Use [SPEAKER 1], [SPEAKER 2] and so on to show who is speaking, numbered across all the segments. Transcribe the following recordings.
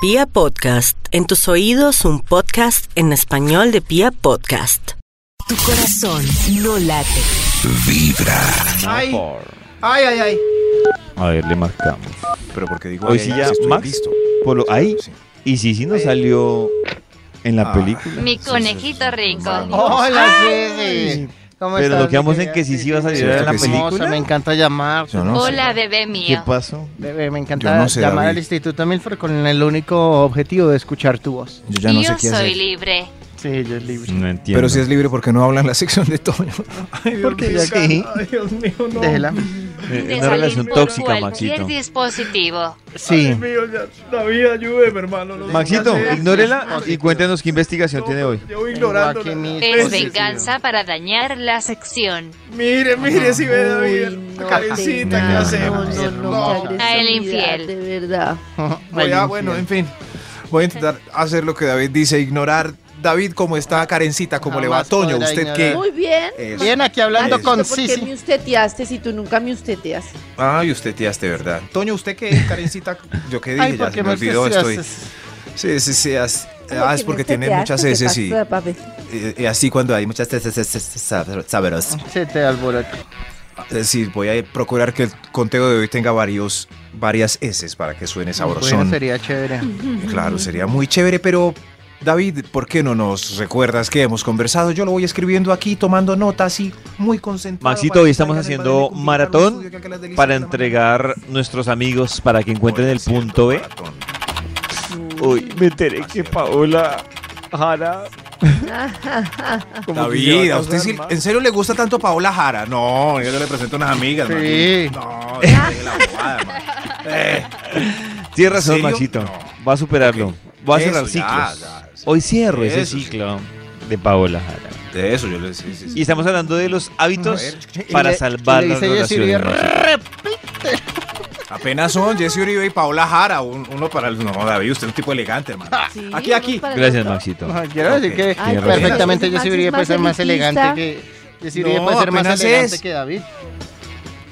[SPEAKER 1] Pia Podcast, en tus oídos un podcast en español de Pia Podcast.
[SPEAKER 2] Tu corazón no late.
[SPEAKER 3] Ay, ay, ay, ay.
[SPEAKER 4] A ver, le marcamos.
[SPEAKER 5] Pero porque digo,
[SPEAKER 4] Hoy
[SPEAKER 5] ay,
[SPEAKER 4] sí
[SPEAKER 5] ay,
[SPEAKER 4] ya,
[SPEAKER 5] ay, estoy
[SPEAKER 4] Max.
[SPEAKER 5] listo.
[SPEAKER 4] Polo, ahí.
[SPEAKER 5] Sí.
[SPEAKER 4] Y si sí nos salió en la
[SPEAKER 5] Ah.
[SPEAKER 4] película.
[SPEAKER 6] Mi
[SPEAKER 5] Sí, sí,
[SPEAKER 6] conejito
[SPEAKER 5] sí.
[SPEAKER 6] rico.
[SPEAKER 3] Hola, Ceci. ¿Cómo
[SPEAKER 4] Pero
[SPEAKER 3] estás,
[SPEAKER 4] nos quedamos
[SPEAKER 3] mi
[SPEAKER 4] en que sí,
[SPEAKER 3] querida
[SPEAKER 4] sí va a salir
[SPEAKER 3] Ceci?
[SPEAKER 5] en la
[SPEAKER 3] Hermosa,
[SPEAKER 4] película.
[SPEAKER 3] Me encanta llamar.
[SPEAKER 5] Yo no sé.
[SPEAKER 6] Hola, bebé
[SPEAKER 4] ¿Qué
[SPEAKER 6] mío.
[SPEAKER 4] pasó?
[SPEAKER 3] Bebé, Me encanta
[SPEAKER 5] Yo no sé,
[SPEAKER 3] llamar
[SPEAKER 5] David.
[SPEAKER 3] al Instituto Milford con el único objetivo de escuchar tu voz.
[SPEAKER 5] Yo ya no sé
[SPEAKER 6] Yo
[SPEAKER 5] qué
[SPEAKER 6] soy
[SPEAKER 5] hacer.
[SPEAKER 6] libre.
[SPEAKER 3] Sí, ella es libre.
[SPEAKER 4] No entiendo.
[SPEAKER 5] Pero si es libre, porque no habla en la sección de Toño?
[SPEAKER 3] Porque ya
[SPEAKER 4] sí.
[SPEAKER 3] Déjela.
[SPEAKER 4] Eh,
[SPEAKER 6] De
[SPEAKER 4] una
[SPEAKER 6] salir
[SPEAKER 4] relación
[SPEAKER 6] por
[SPEAKER 4] tóxica,
[SPEAKER 6] cualquier
[SPEAKER 4] Maxito.
[SPEAKER 6] dispositivo.
[SPEAKER 3] Sí.
[SPEAKER 4] Maxito, ignórela y cuéntenos qué investigación tiene hoy.
[SPEAKER 3] Tengo aquí mis
[SPEAKER 6] Es
[SPEAKER 7] Pues,
[SPEAKER 3] cosas.
[SPEAKER 6] venganza para dañar la sección.
[SPEAKER 7] Mire, mire si ve David. Cabecita, ¿qué
[SPEAKER 4] no,
[SPEAKER 7] hacemos?
[SPEAKER 3] no, no,
[SPEAKER 7] No.
[SPEAKER 3] no.
[SPEAKER 6] A el infiel.
[SPEAKER 8] De verdad.
[SPEAKER 3] Ay,
[SPEAKER 5] Voy a- ah, bueno, en fin. Voy a intentar hacer lo que David dice, ignorar. David, ¿cómo está Karencita? ¿Cómo le va
[SPEAKER 3] Jamás
[SPEAKER 5] Toño?
[SPEAKER 3] podrá
[SPEAKER 5] ¿Usted
[SPEAKER 3] ignorar.
[SPEAKER 5] qué?
[SPEAKER 8] Muy bien.
[SPEAKER 5] Eh, Eso.
[SPEAKER 3] Bien, aquí hablando
[SPEAKER 5] Ay,
[SPEAKER 3] con
[SPEAKER 8] ¿Por qué me
[SPEAKER 3] Sisi.
[SPEAKER 8] ustedeaste si tú nunca me ustedeas?
[SPEAKER 5] Ay, usted tiaste, ¿verdad? Toño, ¿usted qué? Karencita, yo qué dije,
[SPEAKER 3] Ay,
[SPEAKER 5] ya
[SPEAKER 3] porque
[SPEAKER 5] se me olvidó, estoy... Sí, sí, sí, as- ah, es porque tiene muchas heces y, y- y así cuando hay muchas heces, heces, heces, sabros- sabros.
[SPEAKER 3] Se te alborota.
[SPEAKER 5] Es decir, voy a procurar que el conteo de hoy tenga varios, varias heces para que suene
[SPEAKER 3] Bueno,
[SPEAKER 5] sabrosón.
[SPEAKER 3] sería chévere.
[SPEAKER 5] Claro, sería muy chévere, pero David, ¿por qué no nos recuerdas que hemos conversado? Yo lo voy escribiendo aquí, tomando notas y muy concentrado.
[SPEAKER 4] Maxito,
[SPEAKER 5] para
[SPEAKER 4] hoy
[SPEAKER 5] que
[SPEAKER 4] estamos
[SPEAKER 5] salgan en
[SPEAKER 4] haciendo
[SPEAKER 5] Madrid,
[SPEAKER 4] maratón
[SPEAKER 5] publicar un estudio que haga las delicias
[SPEAKER 4] Para
[SPEAKER 5] de la
[SPEAKER 4] entregar nuestros amigos para que
[SPEAKER 5] mañana.
[SPEAKER 4] encuentren el
[SPEAKER 5] Cierto,
[SPEAKER 4] punto E. B.
[SPEAKER 5] maratón.
[SPEAKER 4] Hoy me enteré que Paola Jara.
[SPEAKER 5] David, ¿a usted sí- en serio le gusta tanto Paola Jara? No, yo le presento unas amigas.
[SPEAKER 3] Sí.
[SPEAKER 5] Maxito. No, deje la bobada, Max. Eh,
[SPEAKER 4] Tienes razón,
[SPEAKER 5] ¿En serio?
[SPEAKER 4] Maxito.
[SPEAKER 5] No.
[SPEAKER 4] Va a superarlo. Va a
[SPEAKER 5] Eso,
[SPEAKER 4] cerrar
[SPEAKER 5] ya,
[SPEAKER 4] ciclos.
[SPEAKER 5] ya, sí.
[SPEAKER 4] Hoy cierro ese
[SPEAKER 5] Eso, sí.
[SPEAKER 4] ciclo de Paola Jara.
[SPEAKER 5] de eso yo le decía. sí, sí.
[SPEAKER 4] Y estamos hablando de los hábitos
[SPEAKER 5] A ver.
[SPEAKER 4] para
[SPEAKER 3] Y le-
[SPEAKER 4] salvar
[SPEAKER 3] y le
[SPEAKER 4] las
[SPEAKER 3] dice Jessy
[SPEAKER 4] relaciones.
[SPEAKER 3] Uribe,
[SPEAKER 5] Apenas son Jesse Uribe y Paola Jara. un- uno para el. No, David, usted es un tipo elegante, hermano. Ah, Aquí, aquí.
[SPEAKER 4] Gracias, Maxito.
[SPEAKER 3] No, quiero decir
[SPEAKER 5] Ok.
[SPEAKER 3] que
[SPEAKER 8] Ay,
[SPEAKER 4] pero
[SPEAKER 3] perfectamente
[SPEAKER 8] Maxi
[SPEAKER 3] Jessy Uribe puede
[SPEAKER 8] Maxi
[SPEAKER 3] ser más
[SPEAKER 8] elitista.
[SPEAKER 3] elegante que. Jessy Uribe
[SPEAKER 5] No,
[SPEAKER 3] puede ser más
[SPEAKER 5] apenas
[SPEAKER 3] elegante
[SPEAKER 5] es.
[SPEAKER 3] que David.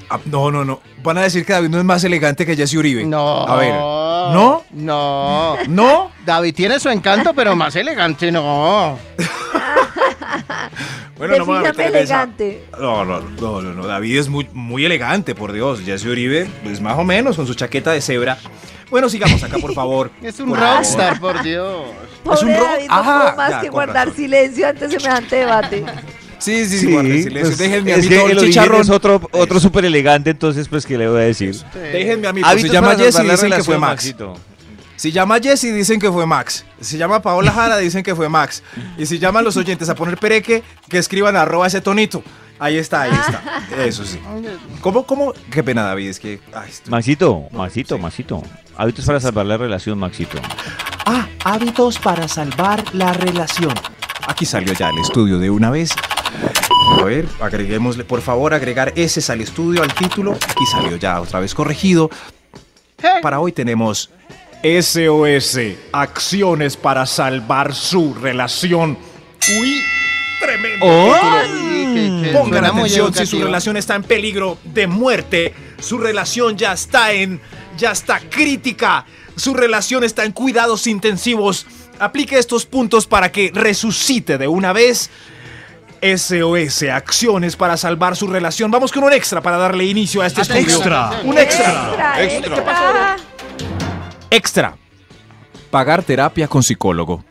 [SPEAKER 5] Ah, No, no, no. Van a decir que David no es más elegante que Jesse Uribe.
[SPEAKER 3] No.
[SPEAKER 5] A ver. ¿No?
[SPEAKER 3] No.
[SPEAKER 5] No.
[SPEAKER 3] David tiene su encanto, pero más elegante no.
[SPEAKER 5] Bueno, no me voy a meter en esa-
[SPEAKER 8] elegante.
[SPEAKER 5] No, no, no, no, no. David es muy, muy elegante, por Dios. Jesse Uribe, pues más o menos, con su chaqueta de cebra. Bueno, sigamos acá, por favor.
[SPEAKER 3] Es un
[SPEAKER 5] Por favor.
[SPEAKER 3] rockstar, por Dios.
[SPEAKER 5] Es un
[SPEAKER 8] Pobre
[SPEAKER 5] ro-
[SPEAKER 8] David, no
[SPEAKER 5] Ajá,
[SPEAKER 8] puedo más
[SPEAKER 5] ya,
[SPEAKER 8] que
[SPEAKER 5] con
[SPEAKER 8] guardar
[SPEAKER 5] razón.
[SPEAKER 8] silencio ante semejante debate.
[SPEAKER 5] Sí, sí, sí.
[SPEAKER 4] Sí,
[SPEAKER 5] guarden silencio.
[SPEAKER 4] pues,
[SPEAKER 5] Déjenme a
[SPEAKER 4] es
[SPEAKER 5] mí
[SPEAKER 4] que
[SPEAKER 5] todo el
[SPEAKER 4] el origen
[SPEAKER 5] chicharrón.
[SPEAKER 4] es otro, otro súper elegante, entonces, pues, ¿qué le voy a decir?
[SPEAKER 5] Déjenme a mí. Pues, si llama
[SPEAKER 4] para
[SPEAKER 5] Jesse,
[SPEAKER 4] salvar la
[SPEAKER 5] dicen que
[SPEAKER 4] relación,
[SPEAKER 5] fue Max.
[SPEAKER 4] Maxito.
[SPEAKER 5] Si llama Jesse, dicen que fue Max. Si llama Paola Jara, dicen que fue Max. Y si llaman los oyentes a poner pereque, que escriban arroba ese tonito. Ahí está, ahí está. Eso sí. ¿Cómo, cómo? Qué pena, David, es que... ay, estoy-
[SPEAKER 4] Maxito, Maxito, Maxito. Hábitos para salvar la relación, Maxito.
[SPEAKER 5] Ah, hábitos para salvar la relación. Aquí salió ya el estudio de una vez. A ver, agreguémosle, por favor, agregar ese al estudio, al título. Aquí salió ya otra vez corregido. Para hoy tenemos SOS, acciones para salvar su relación. Uy, tremendo.
[SPEAKER 3] Oh.
[SPEAKER 5] Pongan atención si su relación está en peligro de muerte. Su relación ya está en. ya está crítica. Su relación está en cuidados intensivos. Aplique estos puntos para que resucite de una vez. SOS, acciones para salvar su relación. Vamos con un extra para darle inicio a este estudio.
[SPEAKER 3] Extra.
[SPEAKER 5] Un extra.
[SPEAKER 8] extra. ¿eh? extra.
[SPEAKER 5] Extra. Pagar terapia con psicólogo.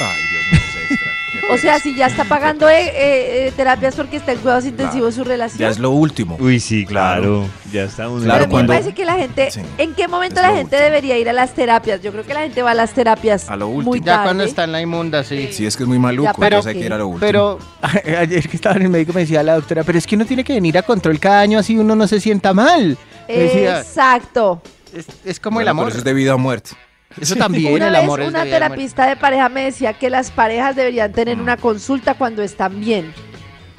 [SPEAKER 5] Ay, Dios mío, ese extra. Qué
[SPEAKER 8] O sea,
[SPEAKER 5] pereza.
[SPEAKER 8] si ya está pagando eh, eh, eh, terapias porque está en cuidados intensivos su relación.
[SPEAKER 5] Ya es lo último.
[SPEAKER 4] Uy, sí,
[SPEAKER 5] claro.
[SPEAKER 4] claro. Ya está un
[SPEAKER 5] Claro,
[SPEAKER 8] Pero a mí
[SPEAKER 5] cuando-
[SPEAKER 8] me parece que la gente,
[SPEAKER 5] Sí.
[SPEAKER 8] ¿en qué momento
[SPEAKER 5] Es
[SPEAKER 8] la
[SPEAKER 5] lo
[SPEAKER 8] gente
[SPEAKER 5] último.
[SPEAKER 8] debería ir a las terapias? Yo creo que la gente va a las terapias
[SPEAKER 5] A lo último.
[SPEAKER 8] muy
[SPEAKER 3] Ya
[SPEAKER 8] tarde.
[SPEAKER 3] cuando está en la inmunda, sí.
[SPEAKER 5] Sí, es que es muy maluco,
[SPEAKER 8] Ya, pero-
[SPEAKER 5] entonces hay que ir a lo último.
[SPEAKER 3] Pero ayer que estaba en el médico me decía la doctora, pero es que uno tiene que venir a control cada año así uno no se sienta mal. Me decía,
[SPEAKER 8] Exacto.
[SPEAKER 3] es, es como el
[SPEAKER 5] Bueno,
[SPEAKER 3] amor.
[SPEAKER 5] pero eso es de vida o muerte.
[SPEAKER 3] Eso también,
[SPEAKER 8] una
[SPEAKER 3] el
[SPEAKER 8] vez
[SPEAKER 3] amor es
[SPEAKER 8] una
[SPEAKER 3] de vida y muerte.
[SPEAKER 8] terapista de pareja me decía que las parejas deberían tener
[SPEAKER 5] Mm.
[SPEAKER 8] una consulta cuando están bien.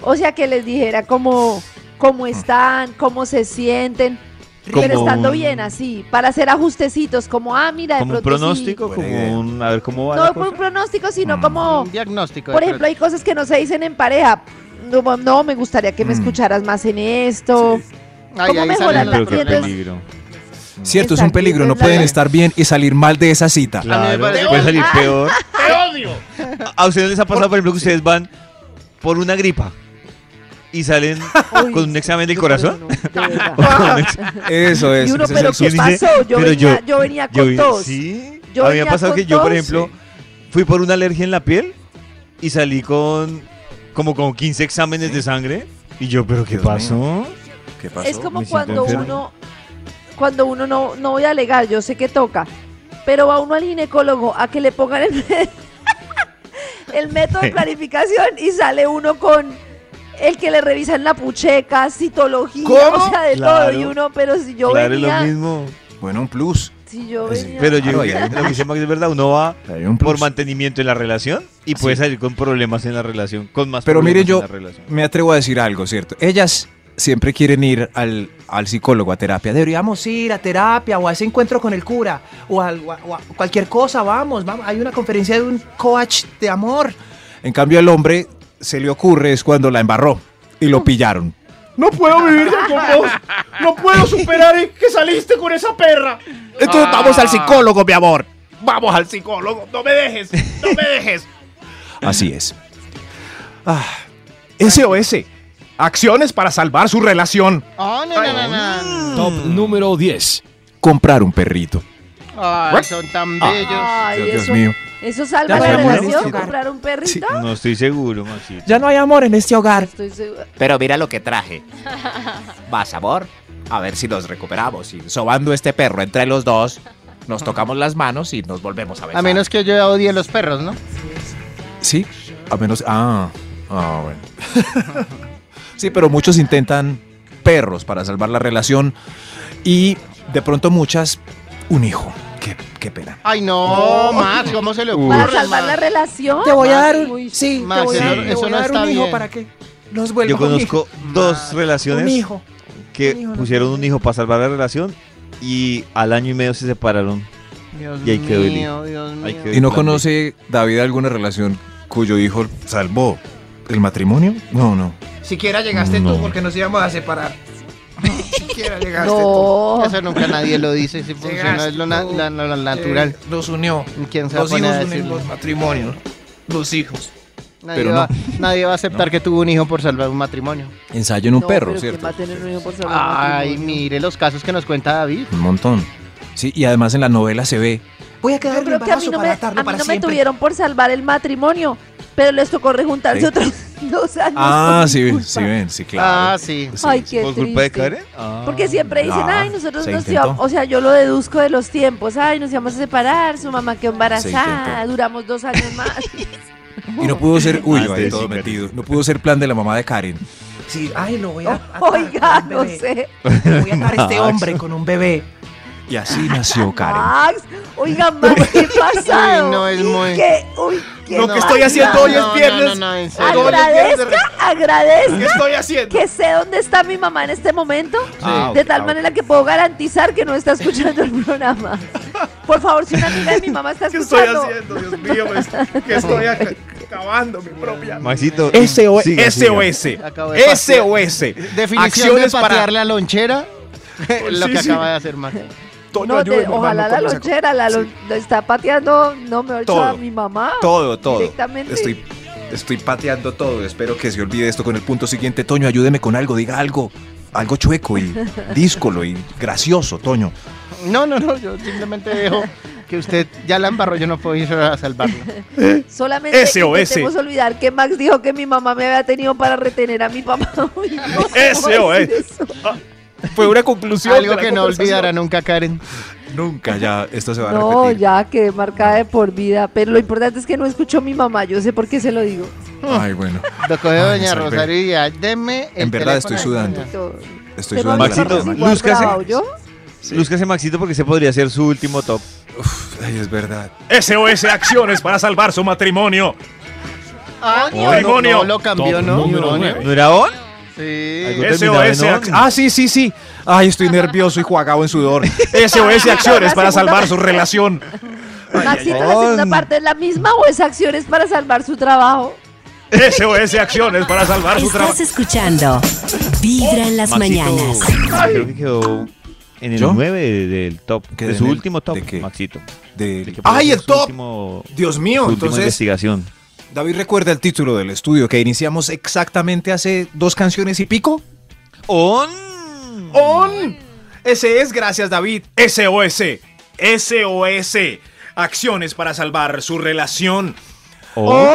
[SPEAKER 8] O sea, que les dijera cómo,
[SPEAKER 5] Mm.
[SPEAKER 8] cómo están, cómo se sienten. pero
[SPEAKER 4] Como
[SPEAKER 8] estando
[SPEAKER 4] un-
[SPEAKER 8] bien así, para hacer ajustecitos, como, ah, mira, de
[SPEAKER 4] Como un
[SPEAKER 8] pronto sí.
[SPEAKER 4] pronóstico,
[SPEAKER 5] Buena idea.
[SPEAKER 4] como un. A ver cómo va. la
[SPEAKER 8] No como
[SPEAKER 4] cosa?
[SPEAKER 8] un pronóstico, sino
[SPEAKER 5] Mm.
[SPEAKER 8] como,
[SPEAKER 3] Un diagnóstico. de
[SPEAKER 8] por ejemplo, hay cosas que no se dicen en pareja. No, no, me gustaría que me
[SPEAKER 5] Mm.
[SPEAKER 8] escucharas más en esto.
[SPEAKER 3] pronto. Ay,
[SPEAKER 8] ¿cómo
[SPEAKER 3] ahí
[SPEAKER 8] mejorar
[SPEAKER 3] salen
[SPEAKER 8] la
[SPEAKER 4] Pero
[SPEAKER 3] los
[SPEAKER 4] qué
[SPEAKER 8] tienes-
[SPEAKER 3] problemas.
[SPEAKER 4] peligro.
[SPEAKER 5] Cierto, es un
[SPEAKER 8] Exacto,
[SPEAKER 5] peligro,
[SPEAKER 8] es
[SPEAKER 5] no
[SPEAKER 8] la
[SPEAKER 5] pueden
[SPEAKER 8] ley.
[SPEAKER 5] estar bien y salir mal de esa cita.
[SPEAKER 7] A mí me
[SPEAKER 4] Claro,
[SPEAKER 7] parece-
[SPEAKER 4] puede salir
[SPEAKER 6] Ah.
[SPEAKER 4] peor.
[SPEAKER 7] ¡Te odio!
[SPEAKER 4] ¿A ustedes les ha pasado, por ejemplo, que ustedes van por una gripa y salen
[SPEAKER 8] Uy,
[SPEAKER 4] con un examen del
[SPEAKER 8] no,
[SPEAKER 4] corazón?
[SPEAKER 8] pero no, de verdad.
[SPEAKER 5] Eso es.
[SPEAKER 8] Y uno,
[SPEAKER 5] ese es
[SPEAKER 8] pero
[SPEAKER 5] el
[SPEAKER 8] ¿qué
[SPEAKER 4] sueño.
[SPEAKER 8] pasó? Yo,
[SPEAKER 4] Pero
[SPEAKER 8] venía,
[SPEAKER 4] yo-
[SPEAKER 8] yo venía
[SPEAKER 4] Yo
[SPEAKER 8] con
[SPEAKER 4] vi-
[SPEAKER 8] tos.
[SPEAKER 4] Sí.
[SPEAKER 8] Yo
[SPEAKER 4] a mí me ha
[SPEAKER 8] venía
[SPEAKER 4] pasado
[SPEAKER 8] con
[SPEAKER 4] que yo, por
[SPEAKER 8] tos.
[SPEAKER 4] ejemplo, fui por una alergia en la piel y salí con como con 15 exámenes de sangre. Y yo, ¿pero qué
[SPEAKER 5] Dios mío.
[SPEAKER 4] pasó?
[SPEAKER 5] ¿Qué pasó?
[SPEAKER 8] Es como
[SPEAKER 4] Me siento
[SPEAKER 8] cuando
[SPEAKER 4] enfermo.
[SPEAKER 8] uno, cuando uno no, no voy a alegar, yo sé que toca, pero va uno al ginecólogo a que le pongan el, me- el método de planificación y sale uno con el que le revisan la pucheca, citología, o sea, de
[SPEAKER 4] Claro.
[SPEAKER 8] todo y uno, pero si yo
[SPEAKER 4] claro, es lo
[SPEAKER 8] venía,
[SPEAKER 4] mismo.
[SPEAKER 5] Bueno, un plus.
[SPEAKER 8] si yo
[SPEAKER 5] Pues sí,
[SPEAKER 8] venía,
[SPEAKER 4] Pero yo,
[SPEAKER 5] Claro,
[SPEAKER 4] digo,
[SPEAKER 5] ya.
[SPEAKER 4] lo que dice Max es verdad, uno va
[SPEAKER 5] Hay un
[SPEAKER 4] por
[SPEAKER 5] plus.
[SPEAKER 4] mantenimiento en la relación y puede salir con problemas en la relación, con más
[SPEAKER 5] Pero mire,
[SPEAKER 4] problemas
[SPEAKER 5] yo
[SPEAKER 4] en la relación.
[SPEAKER 5] me atrevo a decir algo, ¿cierto? Ellas siempre quieren ir al, al psicólogo, a terapia.
[SPEAKER 9] Deberíamos ir a terapia o a ese encuentro con el cura o a, o a- o a cualquier cosa, vamos, vamos. Hay una conferencia de un coach de amor.
[SPEAKER 5] En cambio, el hombre se le ocurre es cuando la embarró y lo pillaron.
[SPEAKER 7] No puedo vivir ya con vos. No puedo superar el que saliste con esa perra.
[SPEAKER 5] Entonces
[SPEAKER 7] Ah.
[SPEAKER 5] vamos al psicólogo, mi amor.
[SPEAKER 7] Vamos al psicólogo. No me dejes. No me dejes.
[SPEAKER 5] Así es. Ah,
[SPEAKER 7] SOS. Acciones para salvar su relación.
[SPEAKER 3] Oh, no, no, no, no.
[SPEAKER 10] Top número 10.
[SPEAKER 5] Comprar un perrito.
[SPEAKER 3] Ay, ah. son tan bellos.
[SPEAKER 8] ay,
[SPEAKER 5] Dios
[SPEAKER 8] eso,
[SPEAKER 5] mío.
[SPEAKER 8] eso
[SPEAKER 9] Ya
[SPEAKER 8] salva la
[SPEAKER 4] se murió.
[SPEAKER 8] relación, comprar un perrito.
[SPEAKER 4] No estoy seguro, Maxito.
[SPEAKER 9] Ya no hay amor en este hogar.
[SPEAKER 8] Estoy segura.
[SPEAKER 9] Pero mira lo que traje.
[SPEAKER 5] Vas, amor. A ver si nos recuperamos. Y sobando este perro entre los dos, nos tocamos las manos y nos volvemos
[SPEAKER 3] A menos que yo odie los perros, ¿no?
[SPEAKER 5] Sí, a menos. Ah, ah, bueno. sí, pero muchos intentan perros para salvar la relación y de pronto muchas un hijo. Qué, qué pena.
[SPEAKER 3] Ay, no, Max, ¿cómo se le ocurre?
[SPEAKER 8] Oh. Para Ah, salvar la
[SPEAKER 3] Max?
[SPEAKER 8] relación.
[SPEAKER 9] Te voy a dar
[SPEAKER 8] Uy,
[SPEAKER 9] un, sí,
[SPEAKER 3] Max,
[SPEAKER 9] te voy a,
[SPEAKER 4] sí.
[SPEAKER 9] te
[SPEAKER 3] Eso
[SPEAKER 9] voy a
[SPEAKER 3] no
[SPEAKER 9] dar
[SPEAKER 3] está
[SPEAKER 9] un hijo
[SPEAKER 3] bien.
[SPEAKER 9] para que nos vuelva
[SPEAKER 4] Yo
[SPEAKER 9] un hijo.
[SPEAKER 4] conozco dos
[SPEAKER 9] Un
[SPEAKER 4] relaciones
[SPEAKER 9] hijo.
[SPEAKER 4] que
[SPEAKER 9] un hijo, no
[SPEAKER 4] pusieron un
[SPEAKER 9] tiene.
[SPEAKER 4] hijo para salvar la relación y al año y medio se separaron.
[SPEAKER 3] Dios
[SPEAKER 4] Y ahí quedó el
[SPEAKER 3] mío, Dios mío.
[SPEAKER 4] Ahí quedó
[SPEAKER 5] ¿Y no
[SPEAKER 4] Plan B.
[SPEAKER 5] conoce David alguna relación cuyo hijo salvó el matrimonio? No, no.
[SPEAKER 9] Siquiera
[SPEAKER 5] llegaste tú, No. porque
[SPEAKER 9] nos íbamos a separar. Siquiera llegaste
[SPEAKER 8] No.
[SPEAKER 3] Eso nunca nadie lo dice, si funciona, es lo, na-
[SPEAKER 9] Llegaste tú.
[SPEAKER 3] la- la- la natural.
[SPEAKER 9] Eh, Nos unió.
[SPEAKER 3] ¿Quién se va a poner a decirlo?
[SPEAKER 9] matrimonios. Los hijos.
[SPEAKER 3] Nadie,
[SPEAKER 5] Pero
[SPEAKER 3] va, nadie va a aceptar que tuvo un hijo por salvar un matrimonio.
[SPEAKER 5] Ensayo en un
[SPEAKER 8] No,
[SPEAKER 5] perro,
[SPEAKER 8] pero ¿quién
[SPEAKER 5] ¿cierto?
[SPEAKER 8] va a tener un hijo por salvar
[SPEAKER 3] Ay,
[SPEAKER 8] matrimonio?
[SPEAKER 3] mire los casos que nos cuenta David.
[SPEAKER 5] Un montón. Sí, y además en la novela se ve.
[SPEAKER 9] Voy a
[SPEAKER 8] Yo
[SPEAKER 9] quedar
[SPEAKER 8] creo que a mí no, me,
[SPEAKER 9] para
[SPEAKER 8] a
[SPEAKER 9] atarlo
[SPEAKER 8] mí
[SPEAKER 9] para
[SPEAKER 8] no me
[SPEAKER 9] siempre.
[SPEAKER 8] tuvieron por salvar el matrimonio, pero les tocó rejuntarse
[SPEAKER 5] Sí.
[SPEAKER 8] otros dos años.
[SPEAKER 5] Ah,
[SPEAKER 8] por mi
[SPEAKER 5] sí, ven,
[SPEAKER 8] culpa.
[SPEAKER 5] sí ven, sí,
[SPEAKER 3] Ah,
[SPEAKER 5] claro.
[SPEAKER 3] sí.
[SPEAKER 5] Sí,
[SPEAKER 8] Ay,
[SPEAKER 5] sí.
[SPEAKER 8] qué
[SPEAKER 4] ¿Por culpa de
[SPEAKER 8] triste.
[SPEAKER 4] Karen? Ah.
[SPEAKER 8] Porque siempre dicen,
[SPEAKER 5] Ah,
[SPEAKER 8] ay, nosotros
[SPEAKER 5] se
[SPEAKER 8] nos
[SPEAKER 5] intentó.
[SPEAKER 8] íbamos, o sea, yo lo deduzco de los tiempos, ay, nos íbamos a separar, su mamá quedó embarazada,
[SPEAKER 5] intentó.
[SPEAKER 8] duramos dos años más.
[SPEAKER 5] Y no pudo ser, uy,
[SPEAKER 4] Ah,
[SPEAKER 5] ahí
[SPEAKER 4] sí,
[SPEAKER 5] todo
[SPEAKER 4] sí, Karen.
[SPEAKER 5] metido. No pudo ser plan de la mamá de Karen.
[SPEAKER 9] Sí, ay, lo
[SPEAKER 7] Oh,
[SPEAKER 9] voy a atar
[SPEAKER 8] Oiga,
[SPEAKER 9] con un
[SPEAKER 8] no
[SPEAKER 9] bebé.
[SPEAKER 8] sé.
[SPEAKER 9] Voy a atar a este hombre con un bebé.
[SPEAKER 5] Y así nació Karen.
[SPEAKER 8] Max, oiga, Max, ¿qué pasado?
[SPEAKER 3] Uy, no, es
[SPEAKER 8] ¿Y
[SPEAKER 3] muy-
[SPEAKER 8] qué? Uy, qué
[SPEAKER 7] Lo
[SPEAKER 8] no,
[SPEAKER 7] que estoy haciendo hoy
[SPEAKER 3] Ah, No,
[SPEAKER 7] es viernes.
[SPEAKER 3] No, no, no, en serio.
[SPEAKER 8] Agradezca,
[SPEAKER 7] ¿Qué
[SPEAKER 8] agradezca
[SPEAKER 7] estoy haciendo?
[SPEAKER 8] que sé dónde está mi mamá en este momento,
[SPEAKER 4] Ah,
[SPEAKER 8] de
[SPEAKER 4] ok,
[SPEAKER 8] tal
[SPEAKER 4] ah,
[SPEAKER 8] manera que puedo garantizar que no está escuchando el programa. Por favor, si una amiga de mi mamá está
[SPEAKER 7] ¿Qué estoy
[SPEAKER 8] escuchando,
[SPEAKER 7] haciendo? Dios mío, me- que estoy ac- acabando mi propia.
[SPEAKER 4] Maxito.
[SPEAKER 7] SOS.
[SPEAKER 4] siga, siga.
[SPEAKER 8] este.
[SPEAKER 3] Acabo de
[SPEAKER 7] SOS.
[SPEAKER 3] Definición de
[SPEAKER 7] Acciones para-
[SPEAKER 3] patearle a lonchera. lo
[SPEAKER 7] Sí,
[SPEAKER 3] que
[SPEAKER 7] sí.
[SPEAKER 3] acaba de hacer Max.
[SPEAKER 5] Toño,
[SPEAKER 8] no,
[SPEAKER 5] ayúdeme,
[SPEAKER 8] de- ojalá
[SPEAKER 5] hermano,
[SPEAKER 8] la
[SPEAKER 5] ¿cómo saco?
[SPEAKER 8] lonchera la lon- la está pateando, no me
[SPEAKER 5] Todo.
[SPEAKER 8] a mi mamá.
[SPEAKER 5] Todo, todo.
[SPEAKER 8] Directamente.
[SPEAKER 5] Estoy, estoy pateando todo. Espero que se olvide esto con el punto siguiente. Toño, ayúdeme con algo, diga algo. Algo chueco y díscolo y gracioso, Toño.
[SPEAKER 3] No, no, no, yo simplemente dejo que usted ya la embarró, yo no puedo ir a salvarla.
[SPEAKER 8] Solamente
[SPEAKER 7] SOS.
[SPEAKER 8] intentemos olvidar que Max dijo que mi mamá me había tenido para retener a mi papá. Uy, no, ¿cómo
[SPEAKER 7] SOS.
[SPEAKER 8] decir eso?
[SPEAKER 7] Fue una conclusión.
[SPEAKER 3] Algo
[SPEAKER 7] de la
[SPEAKER 3] que no
[SPEAKER 7] conversación.
[SPEAKER 3] olvidará nunca Karen.
[SPEAKER 5] Nunca, ya, esto se va a
[SPEAKER 8] No,
[SPEAKER 5] repetir.
[SPEAKER 8] ya quedé marcada de por vida. Pero lo importante es que no escuchó mi mamá. Yo sé por qué se lo digo.
[SPEAKER 5] Ay, bueno,
[SPEAKER 3] Lo coge
[SPEAKER 5] Ay,
[SPEAKER 3] doña
[SPEAKER 5] salve.
[SPEAKER 3] Rosario y ya, deme el
[SPEAKER 5] En verdad
[SPEAKER 3] teléfono
[SPEAKER 5] estoy
[SPEAKER 3] de
[SPEAKER 5] sudando.
[SPEAKER 3] doña.
[SPEAKER 8] Yo-
[SPEAKER 5] estoy sudando.
[SPEAKER 8] Pero mi
[SPEAKER 5] la
[SPEAKER 4] Maxito,
[SPEAKER 8] mamá es
[SPEAKER 5] mano.
[SPEAKER 8] igual
[SPEAKER 4] lúzcase.
[SPEAKER 8] brava, ¿oyó?
[SPEAKER 4] Lúzcase, Maxito, porque ese podría ser su último top.
[SPEAKER 5] Uf, ay, es verdad.
[SPEAKER 7] SOS Acciones para salvar su matrimonio.
[SPEAKER 3] Ah, no, no,
[SPEAKER 7] Oigonio.
[SPEAKER 3] no, lo cambió,
[SPEAKER 10] Top
[SPEAKER 3] ¿no?
[SPEAKER 10] número
[SPEAKER 3] Oigonio.
[SPEAKER 10] nueve.
[SPEAKER 4] ¿No era on?
[SPEAKER 3] Sí.
[SPEAKER 4] Algo terminaba en
[SPEAKER 7] SOS
[SPEAKER 4] on.
[SPEAKER 7] Acciones.
[SPEAKER 5] Ah, sí, sí, sí. Ay, estoy nervioso y jugado en sudor.
[SPEAKER 7] SOS Acciones para
[SPEAKER 8] La segunda
[SPEAKER 7] salvar su
[SPEAKER 8] parte.
[SPEAKER 7] relación.
[SPEAKER 8] Maxito, la segunda parte es la misma o es acciones para salvar su trabajo.
[SPEAKER 7] SOS Acciones para salvar su trabajo.
[SPEAKER 2] Estás escuchando Vibra en las
[SPEAKER 4] Maxito,
[SPEAKER 2] mañanas.
[SPEAKER 4] Creo que quedó en el
[SPEAKER 5] ¿Yo?
[SPEAKER 4] 9 de- del top,
[SPEAKER 5] ¿Qué,
[SPEAKER 4] de
[SPEAKER 5] en
[SPEAKER 4] su
[SPEAKER 5] el-
[SPEAKER 4] último top,
[SPEAKER 5] de qué?
[SPEAKER 4] Maxito.
[SPEAKER 5] Del-
[SPEAKER 4] El que
[SPEAKER 5] ¡Ay,
[SPEAKER 4] fue
[SPEAKER 5] el
[SPEAKER 4] su
[SPEAKER 5] top!
[SPEAKER 4] último-
[SPEAKER 5] Dios
[SPEAKER 4] su
[SPEAKER 5] mío,
[SPEAKER 4] última
[SPEAKER 5] entonces
[SPEAKER 4] investigación.
[SPEAKER 5] David recuerda el título del estudio que iniciamos exactamente hace dos canciones y pico.
[SPEAKER 4] ¡On!
[SPEAKER 5] ¡On! Ese es, gracias David.
[SPEAKER 7] SOS. SOS. Acciones para salvar su relación.
[SPEAKER 5] Oh.